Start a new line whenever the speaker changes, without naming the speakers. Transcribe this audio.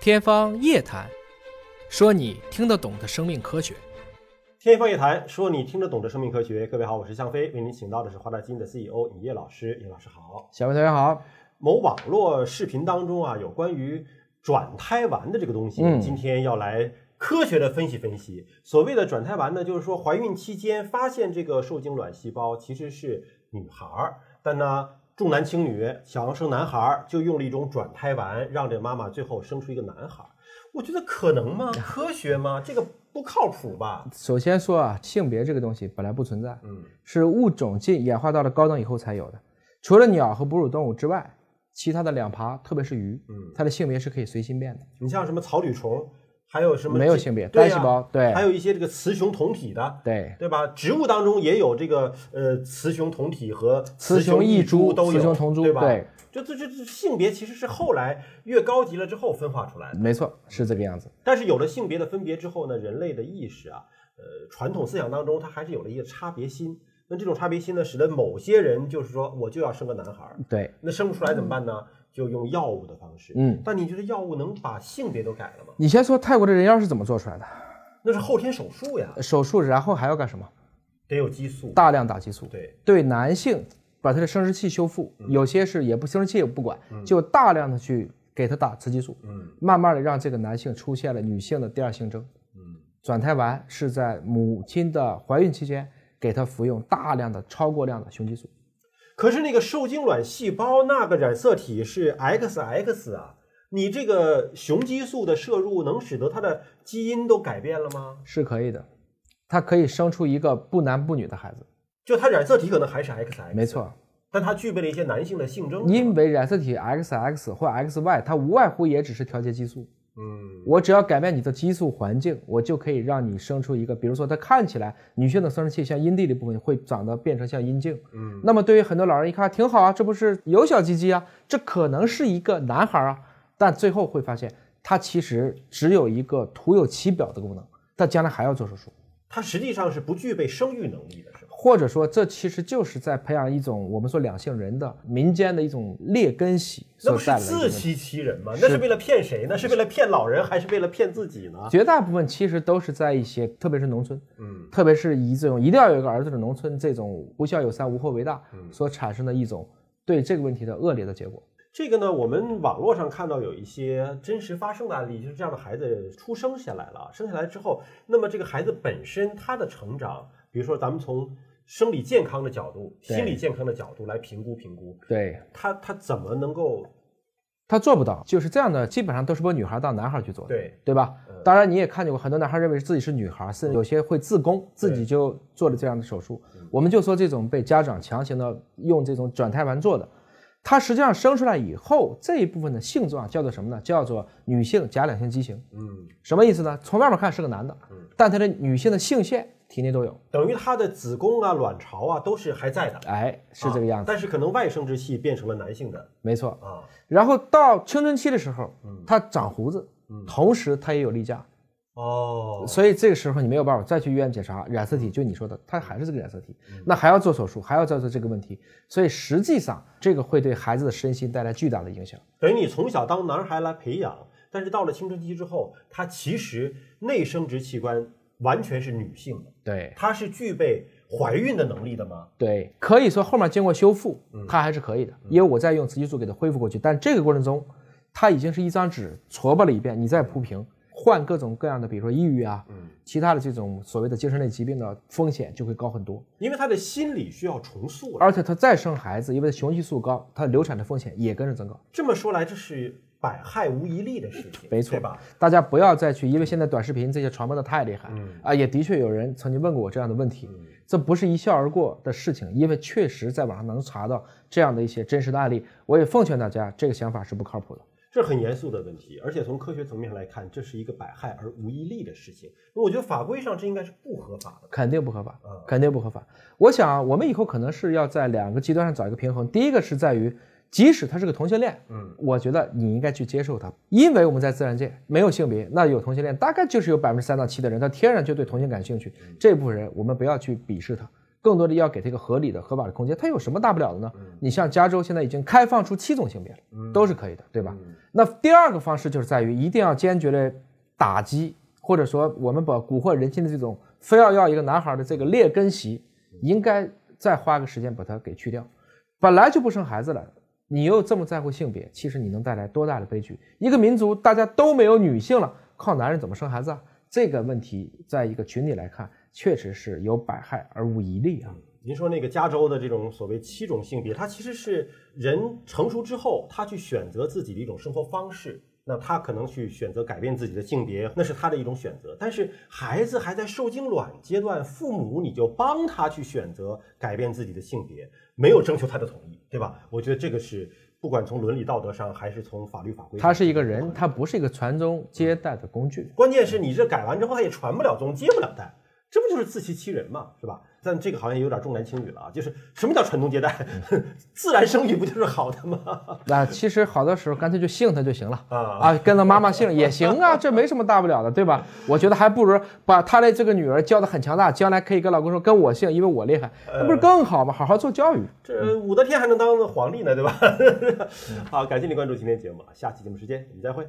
天方夜谭，说你听得懂的生命科学。
天方夜谭，说你听得懂的生命科学。各位好，我是向飞，为您请到的是华大基因的 CEO 尹烨老师。尹老师好。
小薇同学好，
某网络视频当中啊，有关于转胎丸的这个东西，
嗯
今天要来科学的分析分析。所谓的转胎丸呢，就是说怀孕期间发现这个受精卵细胞其实是女孩儿，但呢重男轻女，想要生男孩儿，就用了一种转胎丸，让这妈妈最后生出一个男孩儿。我觉得可能吗？科学吗？这个不靠谱吧？
首先说啊，性别这个东西本来不存在，
嗯，
是物种进演化到了高等以后才有的。除了鸟和哺乳动物之外，其他的两爬，特别是鱼，
嗯
它的性别是可以随心变的。
你像什么草履虫，还有什么
没有
这
性别
对
单细
呀
胞对
还有一些这个雌雄同体的，
对，
对吧？植物当中也有这个呃雌雄同体和
雌雄异株
都有，
雌雄同株
对吧？
对
就这这这性别其实是后来越高级了之后分化出来的，
没错，是这个样子。
但是有了性别的分别之后呢，人类的意识啊，呃，传统思想当中它还是有了一个差别心。那这种差别心呢，使得某些人就是说我就要生个男孩儿，
对，
那生不出来怎么办呢？就用药物的方式。
嗯，
但你觉得药物能把性别都改了吗？
你先说泰国的人妖是怎么做出来的？
那是后天手术呀，
手术，然后还要干什么？
得有激素。
大量打激素，
对，
对男性把他的生殖器修复，有些是也不生殖器也不管，就大量的去给他打雌激素，
嗯
慢慢的让这个男性出现了女性的第二性征。
嗯
转胎丸是在母亲的怀孕期间给她服用大量的超过量的雄激素，
可是那个受精卵细胞那个染色体是 XX 啊，你这个雄激素的摄入能使得它的基因都改变了吗？
是可以的。它可以生出一个不男不女的孩子，
就它染色体可能还是 XX，
没，错，
但它具备了一些男性的性征。
因为染色体 XX 或 XY，它无外乎也只是调节激素。
嗯
我只要改变你的激素环境，我就可以让你生出一个，比如说它看起来女性的生殖器像阴蒂的部分会长得变成像阴茎，
嗯，
那么对于很多老人一看挺好啊，这不是有小鸡鸡啊，这可能是一个男孩啊，但最后会发现它其实只有一个徒有其表的功能，它将来还要做手术，
它实际上是不具备生育能力的，是吧？
或者说这其实就是在培养一种我们说两性人的民间的一种劣根性
那
所
不
带来
是
的一个问
自
题。
欺欺人吗？那是为了骗谁呢？是为了骗老人，还是为了骗自己呢？
绝大部分其实都是在一些，特别是农村，
嗯，
特别是以这种一定要有一个儿子的农村这种不孝有三，无后为大，所产生的一种对这个问题的恶劣的结果。
这个呢，我们网络上看到有一些真实发生的案例，就是这样的孩子出生下来了，生下来之后，那么这个孩子本身他的成长，比如说咱们从生理健康的角度、
对
心理健康的角度来评估评估，
对
他他怎么能够
他做不到，就是这样的，基本上都是把女孩当男孩去做的，
对
对吧？当然你也看见过，很多男孩认为自己是女孩，甚至有些会自宫，自己就做了这样的手术。我们就说这种被家长强行的用这种转胎丸做的，他实际上生出来以后这一部分的性状叫做什么呢？叫做女性假两性畸形。
嗯，
什么意思呢？从外面看是个男的，但他的女性的性腺体内都有，
等于他的子宫啊、卵巢啊都是还在的，
哎，是这个样子，
但是可能外生殖器变成了男性的
没错。
啊，
然后到青春期的时候，他长胡子，同时他也有例假，
哦，
所以这个时候你没有办法再去医院检查染色体，就你说的，它还是这个染色体，那还要做手术，还要再做这个问题，所以实际上这个会对孩子的身心带来巨大的影响。
等于你从小当男孩来培养，但是到了青春期之后，他其实内生殖器官完全是女性的，
对
它是具备怀孕的能力的吗？
对，可以说后面经过修复，它还是可以的，因为我在用雌激素给它恢复过去，但这个过程中，它已经是一张纸搓巴了一遍，你再铺平，换各种各样的，比如说抑郁啊，其他的这种所谓的精神类疾病的风险就会高很多。
因为他的心理需要重塑了。
而且她再生孩子，因为雄激素高，她流产的风险也跟着增高。
这么说来，这是百害无一利的事情，
没错
对吧？
大家不要再去，因为现在短视频这些传播的太厉害，啊，也的确有人曾经问过我这样的问题，这不是一笑而过的事情，因为确实在网上能查到这样的一些真实的案例。我也奉劝大家，这个想法是不靠谱的。
这是很严肃的问题，而且从科学层面来看，这是一个百害而无一利的事情。我觉得法规上这应该是不合法的。
肯定不合法，肯定不合法。我想啊我们以后可能是要在两个极端上找一个平衡。第一个是在于，即使他是个同性恋，嗯，我觉得你应该去接受他，因为我们在自然界没有性别，那有同性恋大概就是有百分之三到七的人，他天然就对同性感兴趣，这部分人我们不要去鄙视他。更多的要给它一个合理的、合法的空间。它有什么大不了的呢？你像加州现在已经开放出七种性别了，都是可以的，对吧？那第二个方式就是在于一定要坚决的打击，或者说我们把蛊惑人心的这种非要要一个男孩的这个劣根习，应该再花个时间把它给去掉。本来就不生孩子了，你又这么在乎性别，其实你能带来多大的悲剧？一个民族大家都没有女性了，靠男人怎么生孩子啊？这个问题，在一个群体来看，确实是有百害而无一利啊。
您说那个加州的这种所谓七种性别，它其实是人成熟之后，他去选择自己的一种生活方式。那他可能去选择改变自己的性别，那是他的一种选择。但是孩子还在受精卵阶段，父母你就帮他去选择改变自己的性别，没有征求他的同意，对吧？我觉得这个是不管从伦理道德上，还是从法律法规上，
他是一个人，他不是一个传宗接代的工具。
关键是你这改完之后，他也传不了宗，接不了代，这不就是自欺欺人嘛，是吧？但这个好像有点重男轻女了啊，就是什么叫传宗接代？ 自然生育不就是好的吗？
那其实好多时候干脆就姓他就行了
啊
啊，跟着妈妈姓也行啊，这没什么大不了的，对吧？我觉得还不如把他的这个女儿教得很强大，将来可以跟老公说跟我姓，因为我厉害，那不是更好吗？好好做教育。
这武 则天还能当皇帝呢，对吧？好，感谢您关注今天节目啊，下期节目时间我们再会。